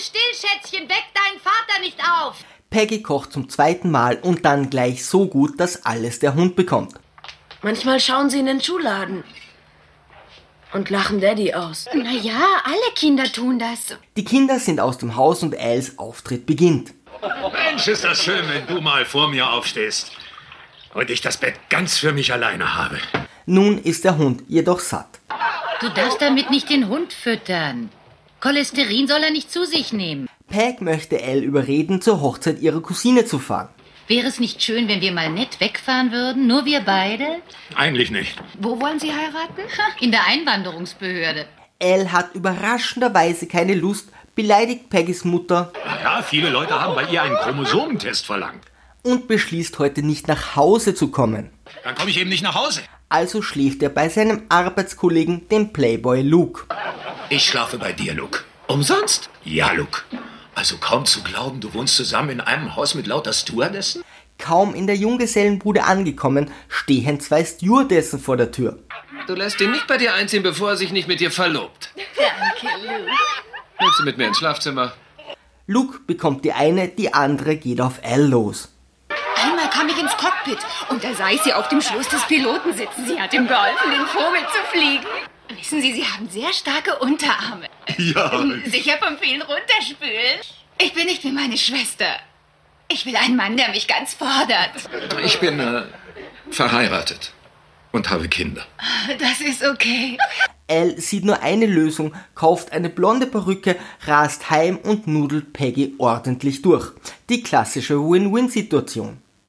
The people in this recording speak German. still, Schätzchen, weck deinen Vater nicht auf. Peggy kocht zum zweiten Mal und dann gleich so gut, dass alles der Hund bekommt. Manchmal schauen sie in den Schuhladen und lachen Daddy aus. Na ja, alle Kinder tun das. Die Kinder sind aus dem Haus und Als Auftritt beginnt. Mensch, ist das schön, wenn du mal vor mir aufstehst. Und ich das Bett ganz für mich alleine habe. Nun ist der Hund jedoch satt. Du darfst damit nicht den Hund füttern. Cholesterin soll er nicht zu sich nehmen. Peg möchte Al überreden, zur Hochzeit ihrer Cousine zu fahren. Wäre es nicht schön, wenn wir mal nett wegfahren würden? Nur wir beide? Eigentlich nicht. Wo wollen sie heiraten? Ha, In der Einwanderungsbehörde. Al hat überraschenderweise keine Lust, beleidigt Peggys Mutter Ja, viele Leute haben bei ihr einen Chromosomentest verlangt. und beschließt heute nicht nach Hause zu kommen. Dann komme ich eben nicht nach Hause. Also schläft er bei seinem Arbeitskollegen, dem Playboy Luke. Ich schlafe bei dir, Luke. Umsonst? Ja, Luke. Also kaum zu glauben, du wohnst zusammen in einem Haus mit lauter Stewardessen? Kaum in der Junggesellenbude angekommen, stehen zwei Stewardessen vor der Tür. Du lässt ihn nicht bei dir einziehen, bevor er sich nicht mit dir verlobt. Danke, Lou. Willst du mit mir ins Schlafzimmer? Luke bekommt die eine, die andere geht auf Al los. Einmal kam ich ins Cockpit und da sah ich sie auf dem Schoß des Piloten sitzen. Sie hat ihm geholfen, den Vogel zu fliegen. Wissen Sie, Sie haben sehr starke Unterarme. Ja. Sicher vom vielen Runterspülen. Ich bin nicht wie meine Schwester. Ich will einen Mann, der mich ganz fordert. Ich bin äh, verheiratet und habe Kinder. Das ist okay. Al sieht nur eine Lösung, kauft eine blonde Perücke, rast heim und nudelt Peggy ordentlich durch. Die klassische Win-Win-Situation.